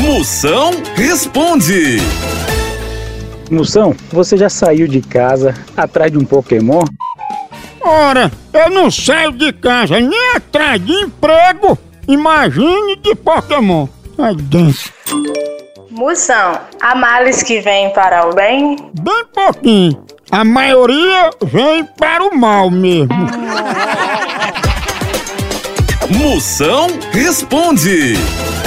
Moção responde. Moção, você já saiu de casa atrás de um Pokémon? Ora, eu não saio de casa nem atrás de emprego. Imagine de Pokémon. Ai, dentro. Moção, há males que vêm para o bem? Bem pouquinho. A maioria vem para o mal mesmo. Moção responde.